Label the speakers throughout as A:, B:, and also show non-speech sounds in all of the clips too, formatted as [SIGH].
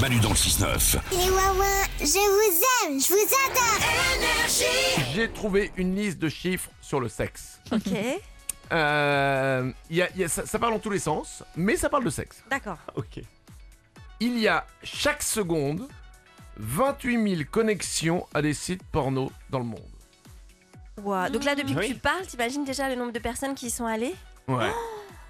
A: Manu dans le 6-9.
B: Les Wawa, je vous aime, je vous adore.
C: J'ai trouvé une liste de chiffres sur le sexe.
D: Ok,
C: Euh, il y a- il y a- ça, ça parle en tous les sens, mais ça parle de sexe.
D: d'accord.
E: Ok.
C: Il y a chaque seconde 28 000 connexions à des sites porno dans le monde.
D: Ouah, Donc là, depuis
E: Oui.
D: que tu parles, t'imagines déjà le nombre de personnes qui y sont allées
C: Ouais.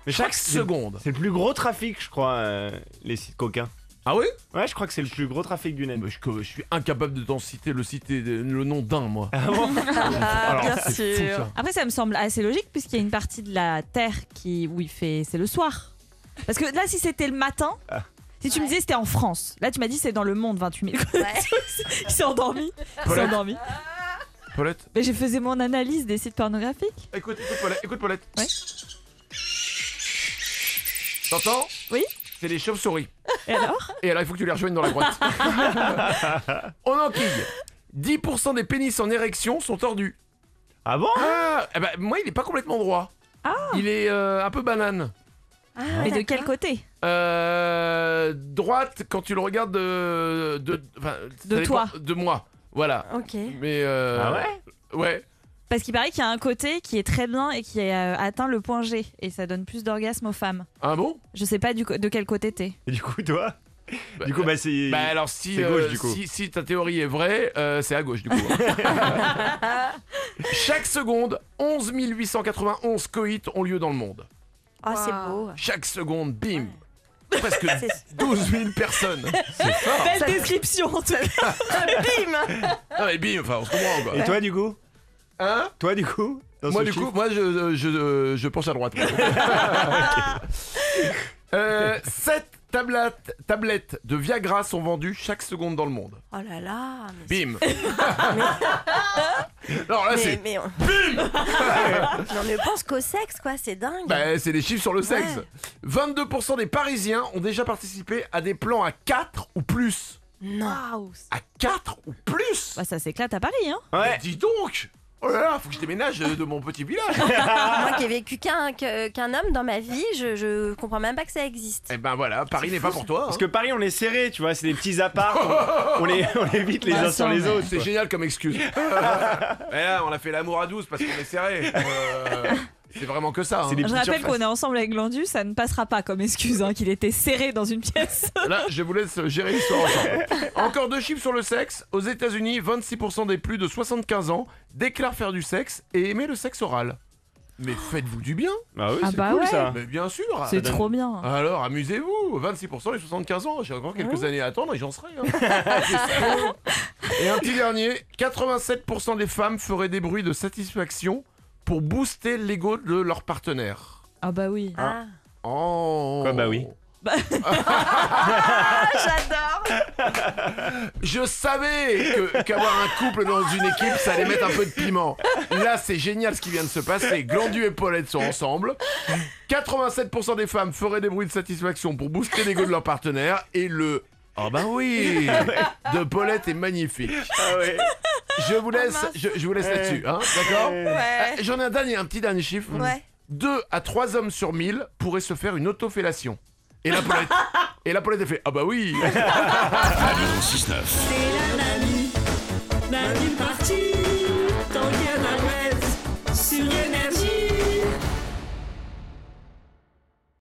E: Mais je crois
C: chaque
E: que c'est-
C: seconde.
E: C'est le plus gros trafic, je crois, euh, les sites coquins.
C: Ah oui
E: Ouais, je crois que c'est le plus gros trafic du net.
C: Mais je, Euh, je suis incapable de t'en citer le, citer, le nom d'un, moi. [LAUGHS]
D: Ah, bien
C: c'est fou, ça.
F: Après, ça me semble assez logique puisqu'il y a une partie de la Terre qui, où il fait, c'est le soir. Parce que là, si c'était le matin, si tu me
D: Ouais.
F: disais c'était en France, là tu m'as dit c'est dans le monde 28 000.
D: Ouais.
F: [LAUGHS] Ils sont endormis. Ils sont
C: Paulette.
F: endormis.
C: Paulette
F: Mais je faisais mon analyse des sites pornographiques.
C: Écoute, écoute Paulette. Écoute, Paulette.
F: Ouais.
C: T'entends
F: Oui.
C: C'est les chauves-souris.
F: Et alors
C: Et alors, il faut que tu les rejoignes dans la grotte.
E: [LAUGHS]
C: On enquille. 10% des pénis en érection sont tordus.
E: Ah bon
C: Ah, eh ben, moi, il n'est pas complètement droit.
F: Ah.
C: Il est euh, un peu banane.
D: Ah,
F: Et de
D: d'accord.
F: quel côté
C: Euh, droite, quand tu le regardes de. De, enfin, ça
F: De
C: dépend-
F: toi.
C: De moi. Voilà.
D: Ok.
C: Mais. euh,
E: Ah ouais
C: Ouais.
F: Parce qu'il paraît qu'il y a un côté qui est très bien et qui a euh, atteint le point G et ça donne plus d'orgasme aux femmes.
C: Ah bon
F: Je sais pas du co- de quel côté t'es.
E: Et Du coup, toi
C: Bah,
E: Du coup, bah c'est.
C: Bah alors si,
E: C'est
C: euh,
E: gauche, du coup.
C: si, si ta théorie est vraie, euh, c'est à gauche du
E: [LAUGHS]
C: coup. Chaque seconde, 11 891 coïts ont lieu dans le monde.
D: Oh, c'est
F: Wow.
D: beau.
C: Chaque seconde, bim Presque 12 000 personnes.
F: Belle description en tout cas.
C: Non mais bim, enfin on se comprend quoi.
E: Et toi, du coup
C: Hein
E: Toi, du coup Dans
C: Moi
E: ce
C: du coup,
E: chiffre
C: moi je, euh, je, euh, je penche à
E: [LAUGHS]
C: droite. euh, 7 tablettes, tablettes de Viagra sont vendues chaque seconde dans le monde.
D: Oh là là. Mais,
E: [LAUGHS]
C: Bim [LAUGHS] Non là
D: mais-
C: c'est...
D: mais on... [LAUGHS] Non, mais pense qu'au sexe, quoi, c'est dingue.
C: Bah, c'est des chiffres sur le sexe. 22% des Parisiens ont déjà participé à des plans à 4 ou plus.
D: Non.
F: Waouh.
C: À 4 ou plus
F: Bah, ça s'éclate à Paris, hein.
C: Mais
E: Ouais.
C: Dis donc Oh là là, faut que je déménage euh, de mon petit
E: [LAUGHS]
C: village
D: Moi qui ai vécu qu'un que- qu'un homme dans ma vie, je, je comprends même pas que ça existe.
C: Eh ben voilà, Paris n'est pas pour toi. hein.
E: Parce que Paris, on est serré, tu vois, c'est des petits apparts, on, on les, on les vite les
F: Bah,
E: uns sur les autres.
C: C'est
E: quoi.
C: génial comme
E: [LAUGHS]
C: excuse. Mais là, on a fait l'amour à 12 parce qu'on est serré. Euh, c'est vraiment que ça. hein.
E: C'est des
F: Je
E: petites
F: rappelle
E: surfaces.
F: qu'on est ensemble avec Glandu, ça ne passera pas comme excuse, hein, qu'il était serré dans une pièce.
C: Là, je vous laisse gérer l'histoire ensemble. Encore deux chiffres sur le sexe. Aux États-Unis, 26% des plus de 75 ans déclarent faire du sexe et aimer le sexe oral. Mais faites-vous du bien
E: Bah oui,
F: Ah
E: c'est
F: bah
E: cool
F: ouais.
E: ça.
C: Mais bien sûr
F: C'est
E: donne-
F: trop bien.
C: Alors, amusez-vous 26% et 75 ans, j'ai encore quelques années à attendre et j'en serai. hein. C'est ça. et un petit dernier, 87% des femmes feraient des bruits de satisfaction pour booster l'ego de leur partenaire.
F: Ah bah oui.
D: Ah.
C: Oh
E: Quoi, bah oui.
D: Ah,
C: Je savais que- qu'avoir un couple dans une équipe, ça allait mettre un peu de piment. Là, c'est génial ce qui vient de se passer. Glandu et Paulette sont ensemble. 87% des femmes feraient des bruits de satisfaction pour booster l'ego de leur partenaire. Et le « Oh ben oui !» de Paulette est magnifique.
E: Ah ouais.
C: Je vous laisse, je, je vous laisse
E: Ouais.
C: là-dessus, hein, d'accord
D: Oh, Ouais.
C: Euh, J'en ai un dernier, un petit dernier chiffre.
D: Ouais.
C: 2 à 3 hommes sur 1000 pourraient se faire une autofellation. Et la Paulette, et la Paulette, elle fait « Ah bah oui !»
A: Manu dans le 6-9.
G: C'est la mamie, mamie, mamie.